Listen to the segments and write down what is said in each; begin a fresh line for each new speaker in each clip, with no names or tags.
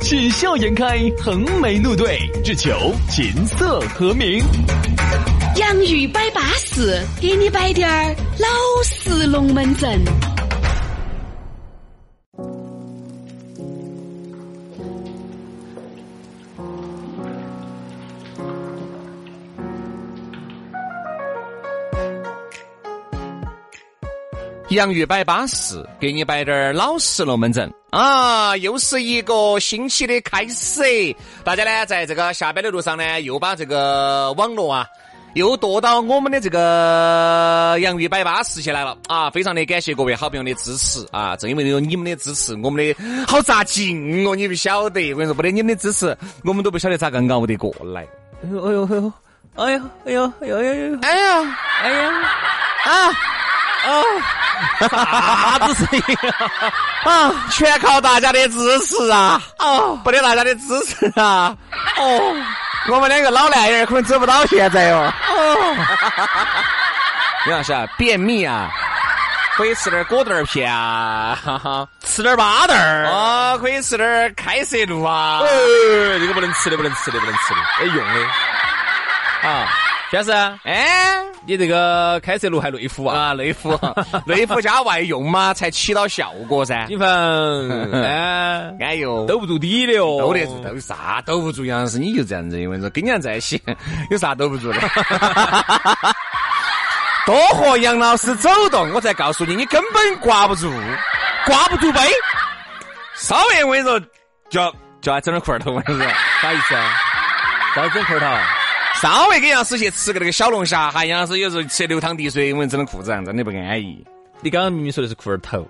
喜笑颜开，横眉怒对，只求琴瑟和鸣。
洋芋摆巴士，给你摆点儿老式龙门阵。
洋芋摆巴适，给你摆点儿老实龙门阵啊！又是一个星期的开始，大家呢在这个下班的路上呢，又把这个网络啊，又剁到我们的这个洋芋摆巴适去来了啊！非常的感谢各位好朋友的支持啊！正因为有你们的支持，我们的好扎劲哦！你不晓得，我跟你说，没得你们的支持，我们都不晓得咋个熬得过来。
哎呦哎呦哎呦哎呦哎呦哎呦
哎呀，
哎呀！
啊！
啥子声音啊？
啊，全靠大家的支持啊！哦，不得大家的支持啊！哦，我们两个老男人可能走不到现在哦。哦， 杨老师啊，便秘啊，可以吃点果断片啊， 哈哈，吃点巴豆儿啊，可以吃点开塞露啊。
哎
呃，这个不能吃的，不能吃的，不能吃的，哎，用的。
啊，先生，
哎，
你这个开塞露还内服啊？
啊，内 服，内服加外用嘛，才起到效果噻。
你 份哎，
哎呦，
兜不住底的哦，
兜得住，兜啥兜不住？杨老师，你就这样子，我跟你说，跟人家在一起有啥兜不住的？ 多和杨老师走动，我再告诉你，你根本挂不住，挂不住杯。稍微我跟你说，就要就要整点块头，我跟你说，
啥意思啊？啥整块头？
稍微跟杨老师去吃个那个小龙虾，还杨老师有时候吃流汤滴水，我跟你整的裤子上真的不安逸，
你刚刚明明说的是裤儿头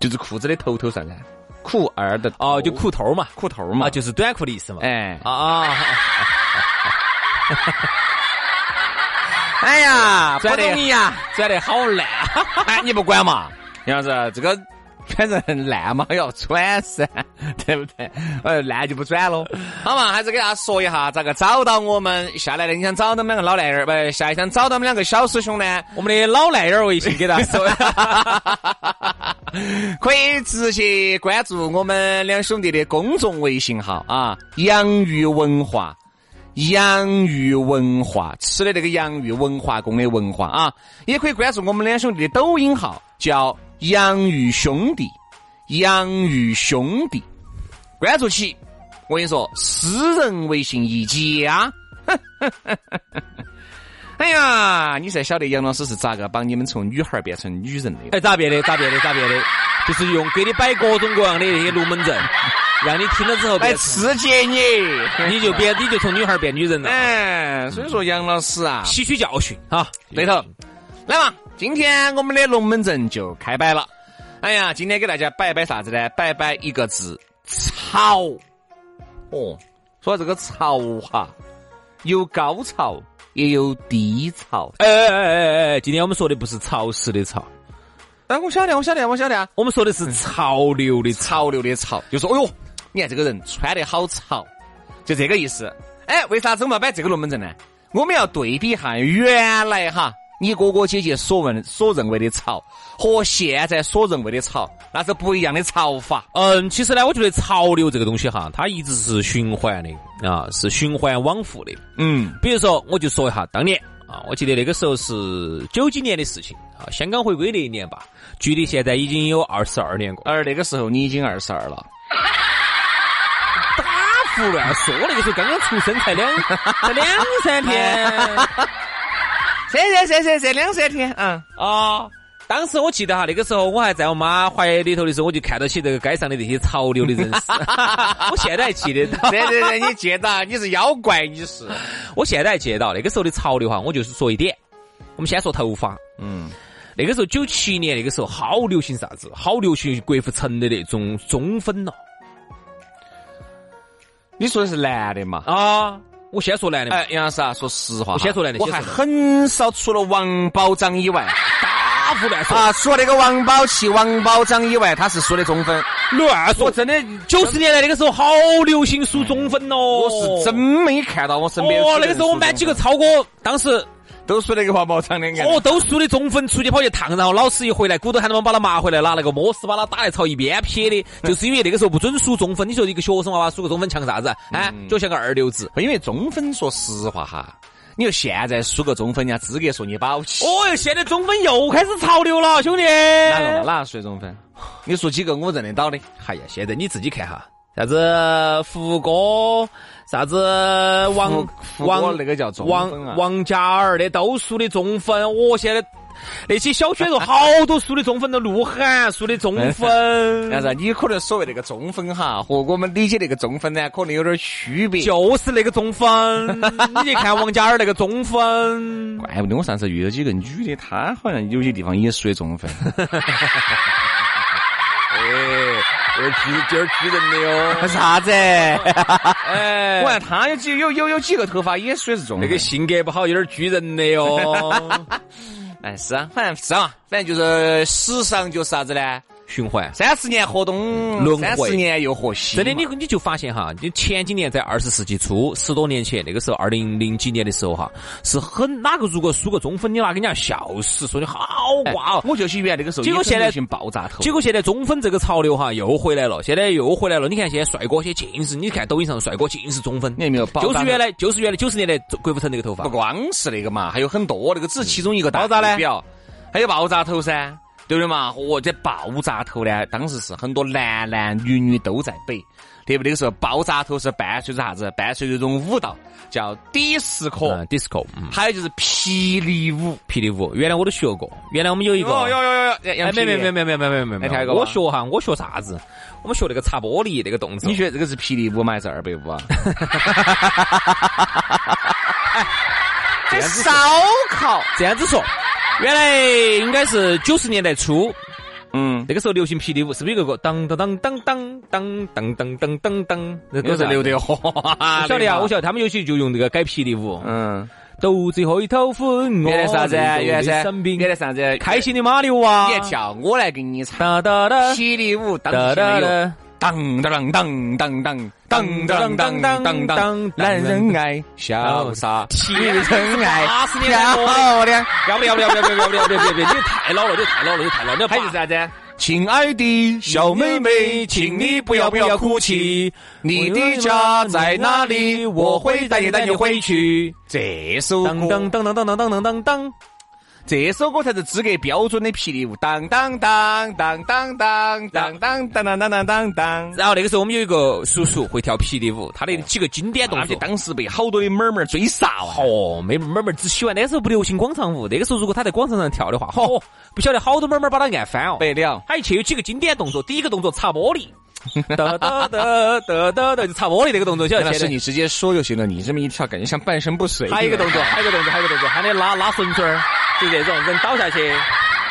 就是裤子的头头上噻，裤儿的
哦，就裤头嘛，
裤头
啊，
嘛，
就是短裤的意思嘛。
哎
啊啊，
哎呀，不
转得
容易呀。
转得好 烂啊，
哎，你不管嘛，杨老师，这个反正烂嘛要转噻， 对不对？呃，烂就不转喽。好嘛，还是给大家说一下咋个找到我们。下来呢，你想找到我们两个老男人儿，不，下一想找到我们两个小师兄呢，
我们的老男人微信给 大家说，
可以直接关注我们两兄弟的公众微信号啊，洋芋文化。洋芋文化，吃的那个洋芋文化宫的文化啊，也可以关注我们两兄弟的抖音号，叫“洋芋兄弟”，洋芋兄弟，关注起。我跟你说，私人微信一加， 哎呀，你才晓得杨老师是咋个把你们从女孩儿变成女人的。
哎，咋变的？咋变的？咋变的？就是用给你摆各种各样的那些龙门阵，让你听了之后
来
变成，
刺激你。
哎你就变，你就从女孩儿变女人了。
哎，所以说杨老师啊，
吸取教训哈。
对头，来嘛，今天我们的龙门阵就开摆了。哎呀，今天给大家摆一摆啥子呢？摆一摆一个字，潮。哦，说这个潮哈，有高潮也有低潮。
哎哎哎哎哎哎，今天我们说的不是潮湿的潮，
哎，我晓得，我晓得，我晓得啊。
我们说的是潮流的潮。
潮流的潮，就说哎呦，你看这个人穿得好潮，就这个意思。哎，为啥子我们要摆这个龙门阵呢？我们要对比一下原来哈，你哥哥姐姐所问所认为的潮和现在所认为的潮，那是不一样的潮法。
嗯，其实呢，我觉得潮流这个东西哈，它一直是循环的啊，是循环往复的。
嗯，
比如说，我就说一下当年啊，我记得那个时候是九几年的事情啊，香港回归那一年吧，距离现在已经有二十二年过。
而那个时候你已经二十二了，
胡乱说，那个时候刚刚出生才两才两三天。
这这这这这两三天， 嗯，
啊、当时我记得哈，那个时候我还在我妈怀里头的时候，我就看到起这个街上的这些潮流的 人士，我现在还记得到，
对对对，你见到你是妖怪，你是，
我现在还记得到那个时候的潮流哈，我就是说一点，我们先说头发，
嗯，
那个时候九七年那个时候好流行啥子，好流行郭富城的那种中分了、
你说的是男的嘛？
啊，我先说男的嘛
哦哎，，杨老师啊，说实话哈，
我先说男的
我
先
还
说男的
很少除了王宝章以外，
大胡乱说，
啊，除了那个王宝器、王宝章以外，他是输的中分。
乱说
我。真的，
九十年代那个时候好流行梳中分哦，
我是真没看到我身边有
哦，
几
那
人
个时候我们班几个超哥，当时
都输那个王宝章的，
哦都梳的中分，出去跑去烫，然后老师一回来，鼓捣喊他们把他拿回来，拿那个摩丝把他打来朝一边撇的，就是因为那个时候不准梳中分。你说一个学生娃娃梳个中分像啥子？哎，就像个二流子。
因为中分，说实话哈，你说现在输个中分，人家资格说你宝器。
哦哟，现在中分又开始潮流了，兄弟。
哪个嘛？哪个输的中分？你说几个我认得到的？
哎呀，现在你自己看哈，啥子胡歌，啥子王
胡歌
王
那个叫中分啊
嗯王王嘉尔的都输的中分，我现在那些小选手好多输的中分的，鹿晗输的 中
但
分，
是啊你可能所谓那个中分哈，和我们理解那个中分呢，可能有点区别。
就是那个中分，你去看王嘉尔那个中分，
怪不哎得我上次遇到几个女的，她好像有些地方也属于 中分。哎，有点拘，有点拘人的哦。啥子？
哎
我，看她有几有有有几个头发也属于是中
那
分。
个性格不好，有点拘人的哟。
哎是啊，反正是啊，反正就是时尚就是啥子呢？
循环，
三十年河东，
轮
三
回
十年又河西嘛。
真的，你你就发现哈，你前几年在二十世纪初，十多年前那个时候，二零零几年的时候哈，是很哪个如果输个中分，你拿给人家笑死，说你好瓜哦。
我就喜欢那个时候，
结果现在
性爆炸头，
结果现在中分这个潮流哈又回来了，现在又回来了。你看现在帅哥些尽是，你看抖音上帅哥尽是中分，
你看没有爆炸
就是原
头
来就是原来九十年代郭富城那个头发
不，光是那个嘛，还有很多那个只是其中一个大
爆炸呢
目标，还有爆炸头噻，对不对嘛？哦，这爆炸头呢，当时是很多男男女女都在北，对不对？那个时候爆炸头是伴随着啥子？伴随着一种舞蹈叫迪斯科，
嗯，disco，嗯，
还有就是霹雳舞。
霹雳舞，原来我都学过，原来我们有一个。
哦，有有有有，
哎，
哎
没没没，没没没没没
来跳
没
一个吧
我学哈，我学啥子？我们学那个擦玻璃那个动作。
你觉得这个是霹雳舞吗？还是二百舞啊？这烧烤，
这样子说，原来应该是九十年代初，
嗯，
那个时候流行霹雳舞，是不是有个当当当当当当当当当当当，那
都是
流
刘德华，
我晓得啊，我晓得他们有些就用这个改霹雳舞。
嗯，
斗最后一头粉，我
原来啥子？原来
是
噻，
生病
原，来啥子？
开心的马六啊
你，也跳，我来给你唱。
哒哒哒
霹雳舞，当
哒哒
当
哒，
当当当当当当当当当当，男人爱潇洒，人爱
八十年代末，
漂亮。
要不要不要不要不要不要不要不要，你太老了，你太老了，你太老了，你要
还有
把
啥子？亲爱的小妹妹，请你不要不要哭泣，嗯你的家在哪里？我会带你带你回去。哦
去。
这首
当当
歌，
当当当当当当当当，
这首歌才是资格标准的霹雳舞。当当当当当当当当当当当当当。
然后那个时候我们有一个叔叔会跳霹雳舞，他的几个经典动
而且
作。
当时被好多的妹儿妹儿追杀哦。
哦，妹妹妹儿只喜欢那时候不流行广场舞，那个时候如果他在广场上跳的话，嚯、不晓得好多妹儿妹儿把他按翻哦。
白了，
他一去有几个经典动作，第一个动作擦玻璃，哒哒哒哒哒哒，就擦玻璃那个动作，晓
但
得
是
现在
你直接说就行了，你这么一跳，感觉像半身不遂。
还有一个动作，还有一个动作，还有一个动作，喊你拉拉绳子儿，就这种人倒下去，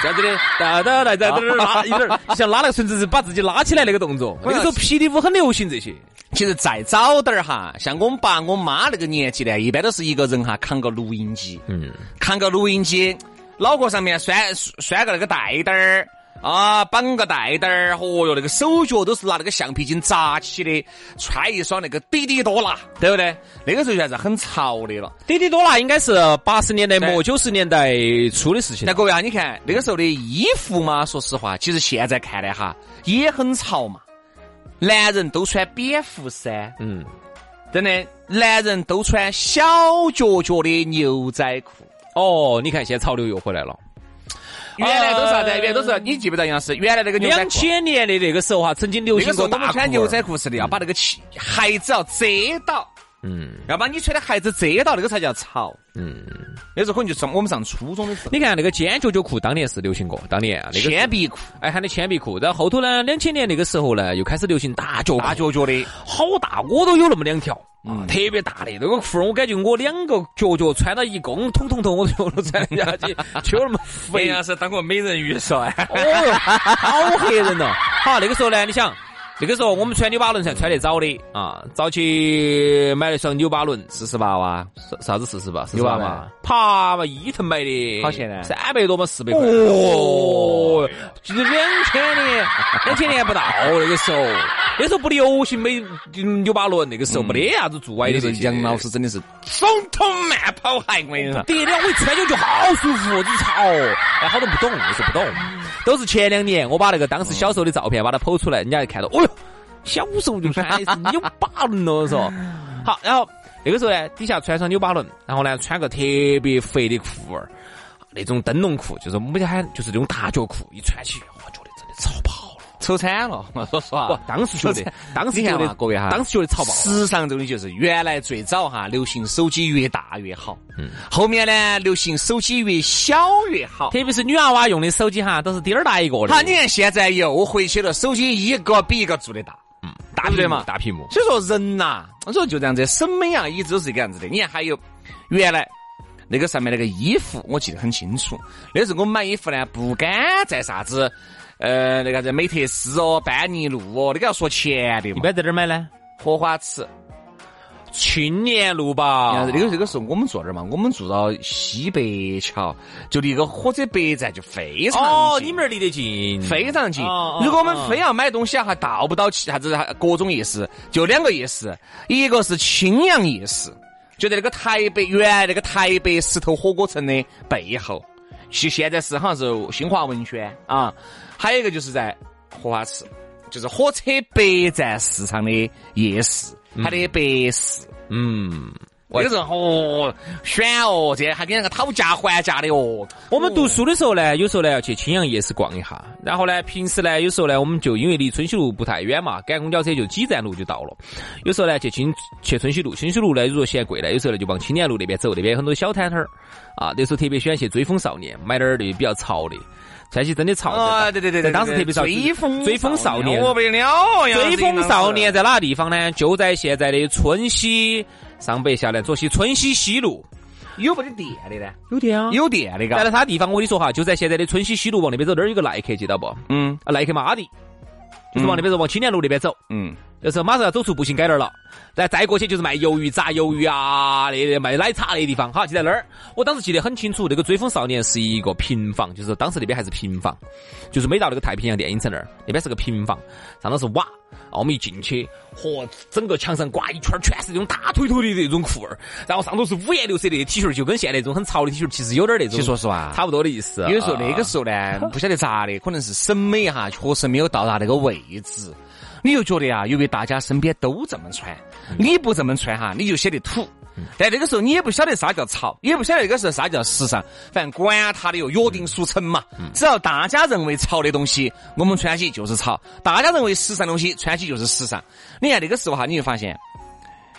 这样子的，哒哒哒哒哒哒拉，有点儿像拉那个绳子是把自己拉起来那个动作。那个时候霹雳舞很流行这些，
其实再早点儿哈，像我们爸我妈那个年纪呢，一般都是一个人哈扛个录音机，
嗯，
扛个录音机，脑壳上面拴拴个那个带带儿。啊，绑个带带儿，哦哟，那个手脚都是拿那个橡皮筋扎起的，穿一双那个滴滴多啦，对不对？那个时候算是很潮的了。
滴滴多啦应该是八十年代末
对
九十年代初的事情
那。各位啊，你看那个时候的衣服嘛，说实话，其实现在看来哈也很潮嘛。男人都穿蝙蝠衫，
嗯，
真的，男人都穿小脚脚的牛仔裤。
哦，你看现在潮流又回来了。
原来都是啥子？原来都是你记不到杨老师，原来那个牛仔
哎两
裤，
千年的那个时候哈，啊曾经流
那
行
个时候
过
我
大裤儿啊
们穿牛仔裤是的，要把那个气鞋子要遮到，
嗯
要把你穿的鞋子遮到，那个才叫潮。
嗯，
那时候可能就上我们上初中的时候，
你看那个尖九九裤当年是流行过，当年啊那个
铅笔裤，
哎喊的铅笔裤，然后后头呢，两千年那个时候呢，又开始流行大脚
大
裤，
脚脚的，嗯
好大，我都有那么两条。啊，特别大的那个裤儿，我感觉我两个脚脚穿到一公通通通，我都都穿得下去，就那么肥。啊
是当过美人鱼是吧？
哦哟，好吓人哦！好，那个时候呢，你想那个时候我们穿纽巴伦才穿得早的啊，早去买了一双纽巴伦，
四十八哇，
啥啥子四十八，
纽巴嘛
嘛，啪嘛，伊藤买的，
好些呢
三百多嘛，四百块，哦，就是两千年，两千年不到那个时候，那时候不流行美嗯纽巴伦，那个时候没得啥子做歪
那
的
个时
这
候
些。
杨老师真的是总统慢跑鞋，我跟你说。
得了，我一穿久就好舒服，我就是潮。哎，好多人不懂，我是不懂，都是前两年我把那个当时小时候的照片把它剖出来，人家一看到，哦哟，小时候就穿的是纽巴伦了，我 说。好，然后那个时候呢，底下穿上纽巴伦，然后呢穿个特别肥的裤儿，那种灯笼裤，就是我们喊就是那种大脚裤，一穿起，哇，觉得真的潮爆了。
愁惨了，我说实
哇
话，，
当时觉 得，当时
你
觉
看
得
嘛，各位哈，
当时觉得潮爆了。
时尚这个东西就是原来最早哈，流行手机越大越好，嗯，后面呢，流行手机越小越好。
特别是女娃娃用的手机哈，都是滴儿大一个的，
好，你看现在又回去了，手机一个比一个做的大，嗯，大
大屏
不对
幕
嘛？
大屏幕，
所以说人呐、我说就这样子，审美啊，一直都是这个样子的。你看还有原来那个上面那个衣服，我记得很清楚。那时候我买衣服呢，不敢在啥子呃那个啥子美特斯哦、班尼路哦，那个要说钱的
一
嘛，
般在哪儿买呢？
荷花池。
青年路
然
吧
后，那个那个时候我们住哪儿嘛？我们住到西北桥，就离个火车北站就非常
哦，
近
你们那儿离得近，
非常近
哦哦。
如果我们
哦
非要买东西啊，还到不到其啥子各种夜市，就两个夜市，一个是青阳夜市，就在那个台北原来那个台北石头火锅城的背后，其现在是好像是新华文轩啊，还有一个就是在荷花池，就是火车北站市场的夜市，它的北市。
嗯，
那个时候哦，选哦，这还跟那个讨价还价的哦。
我们读书的时候呢，有时候呢要去青阳夜市逛一下，然后呢，平时呢，有时候呢，我们就因为离春熙路不太远嘛，赶公交车就几站路就到了。有时候呢，去青去春熙路，春熙路呢，如果嫌贵呢，有时候呢就往青年路那边走，那边有很多小摊摊儿啊。那时候特别喜欢去追风少年，买点儿那比较潮的，穿起真的潮。
啊，
在
对对对
在
对，
当时特别少
追风
追风少年
我不得了呀！
追风
这
少
个
年在哪个地方呢？就在现在的春熙上北下南左西春熙西路，
有没得电的呢？
有点啊
有电的
在
嘎
了。他地方，我跟你说哈，就在现在的春熙西路往那边走，那儿有个耐克，记得不？啊，
嗯
耐克马的，就是往那边走，往青年路那边走，
嗯，
就是马上要走出步行街那儿了。再再过去就是卖鱿鱼、炸鱿鱼啊，那那卖奶茶那地方，哈，就在那儿。我当时记得很清楚，那个追风少年是一个平房，就是当时那边还是平房，就是没到那个太平洋电影城那儿，那边是个平房，上头是瓦。啊，我们一进去，嚯，整个墙上挂一圈儿全是那种大腿腿的那种裤儿，然后上头是五颜六色的 T 恤，就跟现在那种很潮的 T 恤其实啊有点儿那种。
其实说实话，
差不多的意思。
有时候那个
啊
时候呢，不晓得咋的，可能是审美哈，确实没有到达那个位置。你就觉得啊，因为大家身边都这么穿，你不这么穿哈，你就显得土。但那个时候你也不晓得啥叫潮，也不晓得那个时候啥叫时尚，反正管他的哟，约定俗成嘛。只要大家认为潮的东西，我们穿起就是潮；大家认为时尚的东西，穿起就是时尚。你看那个时候哈，你会发现，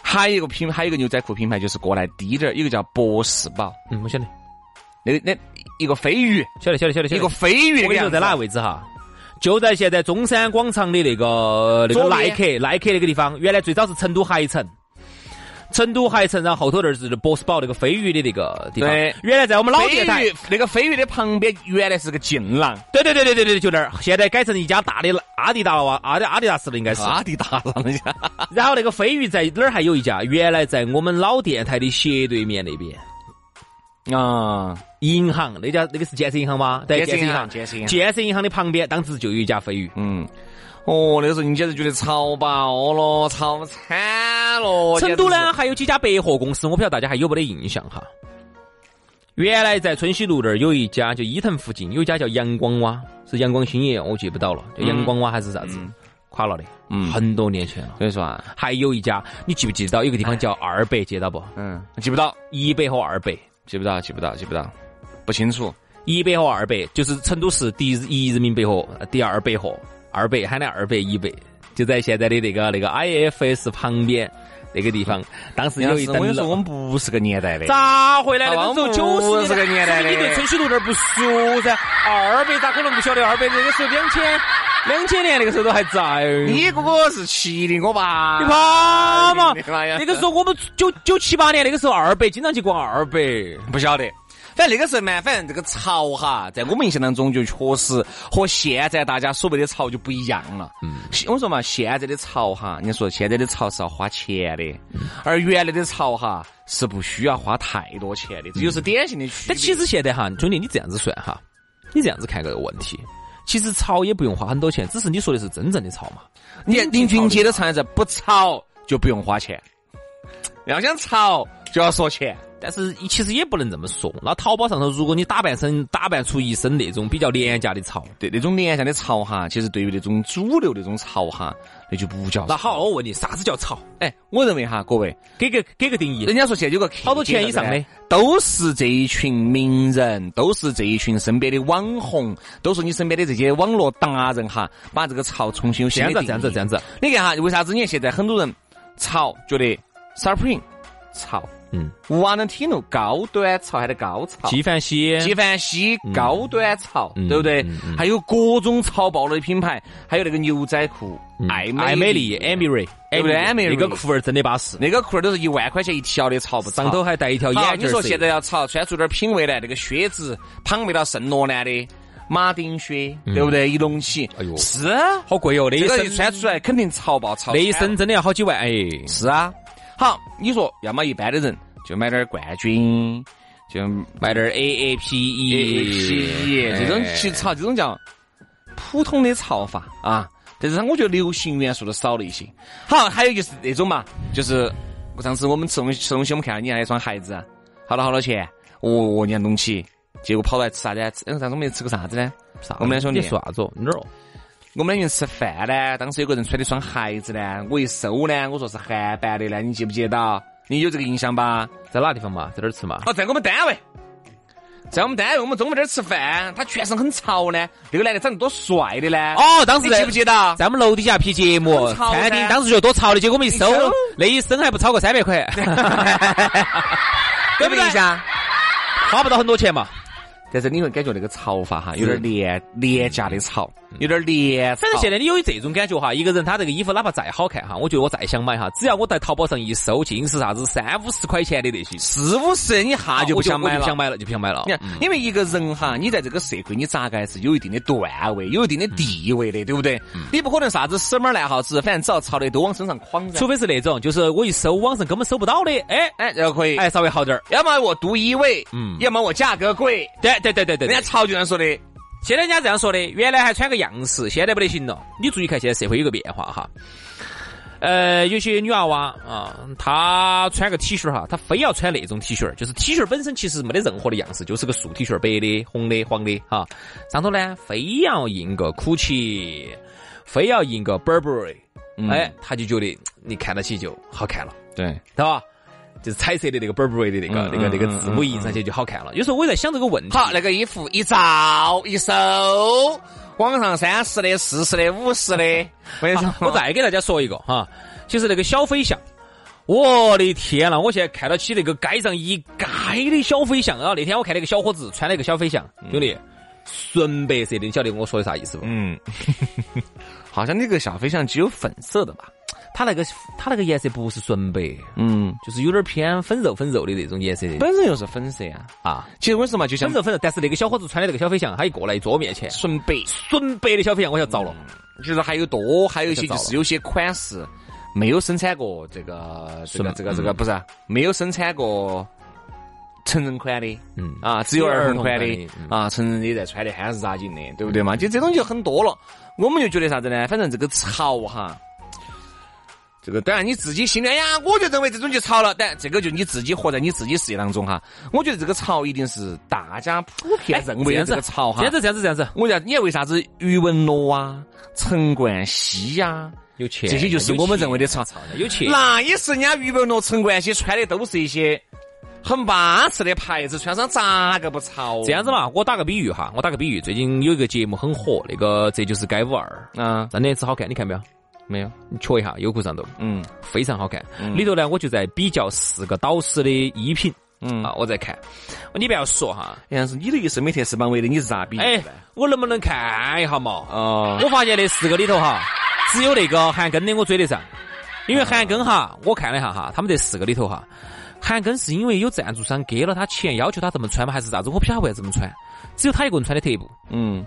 还有一个品，还有一个牛仔裤品牌就是过来低点儿，有一个叫博士宝，
嗯，我晓得，
那那一个飞鱼，
晓得，晓得，晓得，
一
晓
个
得。
飞鱼
我
的
跟你说
样子
在哪个位置哈？就在现在中山广场的那个那个
左
耐
边
克耐克那个地方，原来最早是成都海城。成都海城，然后后头那儿是博士堡那个飞鱼的那个地方。
对
原来在我们老
飞
电台，
鱼那个飞鱼的旁边原来是个锦囊，
对对对对对对，就那儿。现在改成一家大的阿迪达娃，阿迪阿迪达斯了应该是。
阿迪达斯人家。
然后那个飞鱼在哪儿还有一家？原来在我们老电台的斜对面那边，
啊，
银行那家那个是建设银行吗？对，建设
建设银
银
行
行，
建设银行
建设银行的旁边，当时就有一家飞鱼。
啊嗯。哦，那个时候你简直觉得潮爆了，潮惨了。
成都
简直
呢
哦是？
还有几家百货公司，我不晓得大家还有没得印象哈。原来在春熙路那儿有一家，就伊藤附近有一家叫阳光蛙，是阳光兴业，我记不到了，叫阳光蛙还是啥子，垮了的，
嗯
很多年前了。
所以说啊，
还有一家，你记不记得到有个地方叫二北，记得不？
嗯，记不到，
一北和二北，
记不到，记不到，记不到，不清楚。
一北和二北就是成都市第一人民百货、呃第二百货，二北喊的二北一北，就在现在的那个那个 IFS 旁边那个地方，当时有一
杨老
栋
师我跟你说，
楼
我。们不是个年代的。
咋回来的？
好
那
吧
时候
我们
九
不
十
是个年代的
你对春熙路那儿不熟噻？二百咋可能不晓得？二百那个时候两千两千年那个时候都还在。你
你哥哥是七零，我八。
怕嘛？
哎呀
那个时候我们九九七八年那个时候二百经常去逛二百，
不晓得。反正那个时候嘛，反正这个潮哈，在我们印象当中就确实和现在大家所谓的潮就不一样了。嗯，我说嘛，现在的潮哈，你说现在的潮是要花钱的，而原来的潮哈是不需要花太多钱的，这就是典型的区别。
但其实现在哈，兄弟，你这样子算哈，你这样子看个问题，其实潮也不用花很多钱，只是你说的是真正的潮嘛。
你看林俊杰的唱是不潮就不用花钱，要想潮就要说钱。
但是其实也不能这么说。那淘宝上头，如果你打扮成打扮出一身那种比较廉价的潮，
对那种廉价的潮哈，其实对于那种主流那种潮哈，那就不叫。
那好，我问你，啥子叫潮？
哎，我认为哈，各位
给个给个定义。
人家说现在有个
好多钱以上的，
都是这一群名人，都是这一群身边的网红，都是你身边的这些网络达人哈，把这个潮重新有
这
新
样
的
子
定义
这样子这样子，
你看哈，为啥子你看现在很多人潮觉得 Supreme 潮，
嗯，
瓦伦蒂诺高端潮还得高潮，
纪梵希，
纪梵希高端潮，
嗯
对不对？
嗯嗯
还有各种潮爆了的品牌，还有那个牛仔裤，爱
艾
美
艾美丽，艾米瑞，
对不啊对艾米瑞
那个裤儿真的巴适，
那个裤儿都是一万块钱一条的，潮不潮？
上头还带一条眼镜儿
好啊你说
色
现在要潮，穿出点品味来，那个靴子媲美到圣罗兰的马丁靴，对不对？一隆起，
嗯哎呦
是。啊
好贵哦，那
这
一
个一
身
穿出来肯定潮爆潮，
那一身真的要好几万哎。
是啊，好，你说，要么一般的人就买点冠军，就
买点 A A P E，
这种其实潮，这种叫普通的潮法啊。但是我觉得流行元素都少了一些。好，还有就是那种嘛，就是我上次我们吃东西吃东西，我们看到你那一双鞋子啊，好多好多钱，哦，你看东西，结果跑来吃啥子啊？吃，哎，上次我们又吃个啥子呢？我们两兄弟
你说啥子哦？哪儿哦？
我们两个人吃饭呢，当时有个人穿的双鞋子呢，我一搜呢，我说是韩版的呢，你记不记得到？你有这个印象吧？
在哪个地方嘛？在哪儿吃嘛？
哦，在我们单位，在我们单位，我们中午在这儿吃饭，他全身很潮呢，那个男的长得多帅的呢，
哦，当
你
时在
记不记得？
在我们楼底下批节目，
很潮噻
餐厅当时就多潮的，结果我们一搜
一搜，
那一身还不超过三百 块，
对不对？
花不到很多钱嘛。
但是你会感觉那个潮法哈，有点廉廉价的潮，有点廉
反正现
在
在你有这种感觉哈，一个人他这个衣服哪怕再好看哈，我觉得我再想买哈，只要我在淘宝上一搜，尽是啥子三五十块钱的那些，
四五十，你一下啊就不想
我就不
买了。嗯
想买了，就不想买了
你。看，因为一个人哈，你在这个社会，你咋个还是有一定的段位，有一定的地位的，对不对？你不可能啥子死猫烂耗子，反正只要朝的都往身上框噻
除。非是那种，就是我一搜网上根本搜不到的，哎
哎，这个可以。
哎，稍微好点儿。
要么我独一位，
嗯
要么我价格贵。
对对对对对，
人家曹局长说的，
现在人家这样说的，原来还穿个样式，现在不得行了。你注意看，现在社会有个变化哈。呃，有些女娃娃啊，她穿个 T 恤哈，她非要穿那种 T 恤，就是 T 恤本身其实没得任何的样式，就是个素 T 恤，白的、红的、黄的哈。上头呢，非要印个 GUCCI，非要印个 Burberry，、哎，她就觉得你看得起就好看了。
嗯对，
对吧？就是彩色的那个 Burberry 的那个、
嗯
那个、
嗯
那个字母印上去就好看了。有时候我也在想这个问题，
好，那个衣服一照一搜，网上三十的、四十的、五十的，为 什么？
我再给大家说一个哈，就是那个小飞象。我的天呐！我现在看到起那个街上一街的小飞象，然后那天我看那个小伙子穿了一个小飞象，兄弟，纯白色的，你晓得我说的啥意思不？
嗯，好像那个小飞象只有粉色的吧？
它那个它那个颜色不是纯白，
嗯，
就是有点偏粉肉粉肉的那种颜色
本身又是粉色呀。
啊，
其实为什么就像
粉肉粉肉。但是那个小伙子穿的那个小飞象，他一过来一坐我面前，
纯白？
纯白的小飞象，我要遭了。
就是还有多，还有一些
就
就
糟了
是有些款式没有生产过这个这个
吗
这个这个不是啊没有生产过成人款的，
嗯
啊，只有儿童款
只有儿
的
童嗯款的
啊，成人的在穿的憨是扎紧的，对不对嘛？就这种就很多了，我们就觉得啥子呢？反正这个潮哈。这个当然你自己心里，哎呀，我就认为这种就潮了，但这个就你自己活在你自己世界当中哈。我觉得这个潮一定是大家普遍认为的这个潮哈。
哎这样子这样子这样子，
我讲，你看为啥子余文乐啊、陈冠希呀，
有钱，
这些就是我们认为
的
的潮。
有钱。
那也是人家余文乐、陈冠希穿的都是一些很巴适的牌子，穿上咋个不潮？啊
这样子嘛，我打个比喻哈，我打个比喻，最近有一个节目很火，那个这就是街舞二，
啊，
真的是好看，你看没有？
没有，
你瞧一下优酷上头，
嗯
非常好看。里头呢，我就在比较四个导师的衣品
嗯
啊，我在看。你不要说哈，
杨哎是你的意思，美特斯邦威的你是咋比？
哎，我能不能看一下嘛？
哦，
我发现那四个里头哈，只
嗯
有那个韩庚的我追得上，因为韩庚哈，我看了一下哈，他们这四个里头哈，韩庚是因为有赞助商给了他钱，要求他这么穿吗？还是啥子？我不晓得为啥这么穿，只有他一个人穿的特步。
嗯，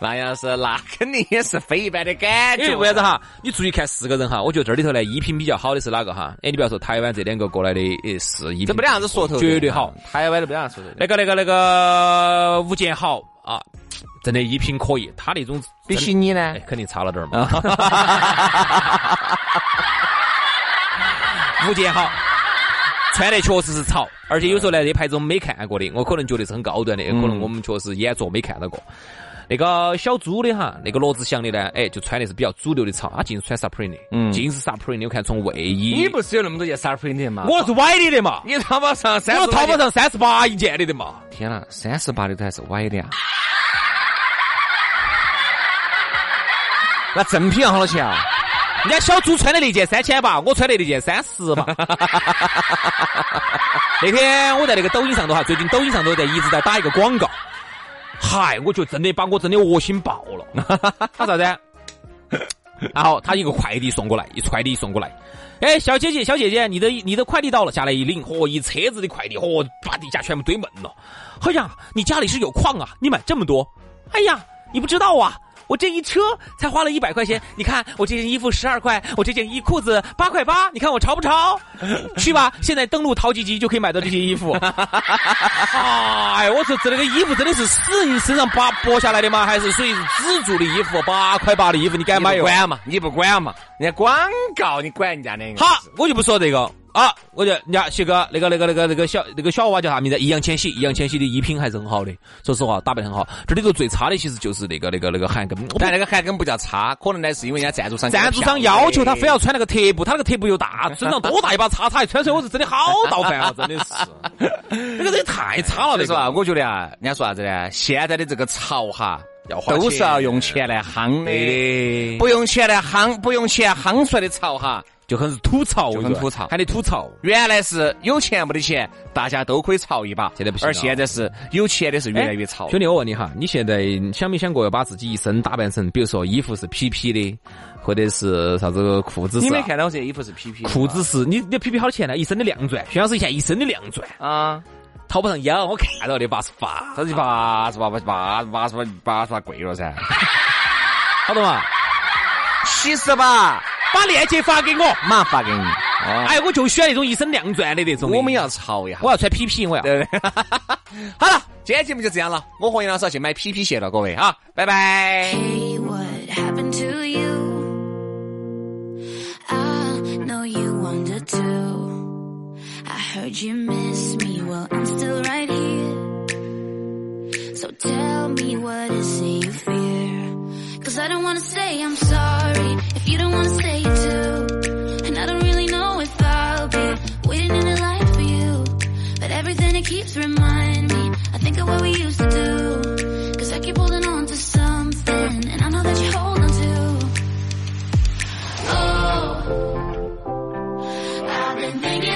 那要是那肯定也是非一般 的感
因为
觉。
哎为啥子哈？你注意看四个人哈，我觉得这里头呢，衣品比较好的是哪个哈？哎，你不要说台湾这两个过来的，呃，是衣品
这没得啥子说头的，
绝对好。
台湾都没得啥说头的，
那个那个那个吴建豪啊，真的衣品可以，他那种
比
真的
起你呢
哎，，肯定差了点儿嘛。 吴建豪穿的确实是潮，而且有时候呢，这牌子我们没看过的，我可能觉得是很高端的，可能我们确实眼拙没看到过。那个小猪的哈，那个罗志祥的呢，哎，就穿的是比较主流的潮，他净是穿 Supreme 的，嗯，净是 Supreme 的。我看从卫衣，
你不是有那么多件 s u p r e m 的吗？
我是歪的的嘛，
你淘宝上三
我
十，
淘宝，上三十八一件的的嘛。
天呐，三十八的都还是歪的啊！ 那正品要好多钱啊？
人家小猪穿的那件三千吧，我穿的那件三十嘛。那天我在那个抖音上头哈，最近抖音上头在一直在打一个广告，嗨，我就真的把我真的恶心爆了。他啥子？然后他一个快递送过来，一快递送过来，哎，小姐姐，小姐姐，你的你的快递到了，下来一领，嚯，一车子的快递，嚯，把底下全部堆满了。哎呀，你家里是有矿啊？你买这么多？哎呀，你不知道啊，我这一车才花了一百块钱。你看我这件衣服十二块，我这件衣裤子八块八，你看我潮不潮？去吧，现在登录淘吉吉就可以买到这些衣服。 哎，我说这那个衣服真的是死人身上扒剥下来的吗？还是属于是自助的衣服？八块八的衣服你敢买
你
哟
不？管嘛，你不管嘛，人家广告你管人家那个？
好，我就不说这个啊，我就人家写个那个那个那个那个小那个小娃娃叫啥名字？易烊千玺，易烊千玺的衣品还是很好的，说实话打扮得很好。这里头最差的其实就是那个那个那个韩庚，我不
但那个还跟不叫差，可能呢是因为人家赞助商
赞助商要求他非要穿那个特步，他那个特步又大，身上多大一把叉叉，穿出来我是真的好倒饭啊，真的是，那个这也太差了，
所
那
以说
个。
啊，我觉得啊，人家说啥子呢？现在的这个潮哈，
要花钱
都是要用钱来夯的，
对的，
不用钱来夯，不用钱夯出来的潮哈。
就很吐槽，
就很
我跟你说
吐槽
还得吐槽。
原来是有钱没得钱，大家都可以潮一把，
现在不行了
而现在是有钱的是越来越潮。
兄弟，我问你哈，你现在想没想过要把自己一身打扮成，比如说衣服是皮皮的，或者是啥子裤子
你
是
没
啊、
看到我这件衣服是 PP 的吗
裤子是你你皮皮好多钱呢？一身的亮钻，薛老师一下一身的亮钻，
啊？
淘宝上有，我看到的八十八，
啥子八十八八八八十八八十八贵了噻？
好懂吗？
七十八，
把链接发给我。
马上发给你。哦，
哎，我就喜欢那种一身亮钻的那种的。
我们要潮一下。
我要穿皮皮，我要。
对 不对？好了，今天节目就这样了。我和杨老师要去买 PP 鞋了，各位啊，拜拜。
Hey, what happened to you? I know you wonder too. I heard you miss me. Well, I'm still right here. So tell me what is it you fear? Cause I don't wanna say I'm sorry if you don't wanna say it too. And I don't really know if I'll be waiting in the light for you. But everything it keeps remind me, I think of what we used to do. Cause I keep holding on to something, and I know that you hold on to. Oh, I've been thinking. Oh,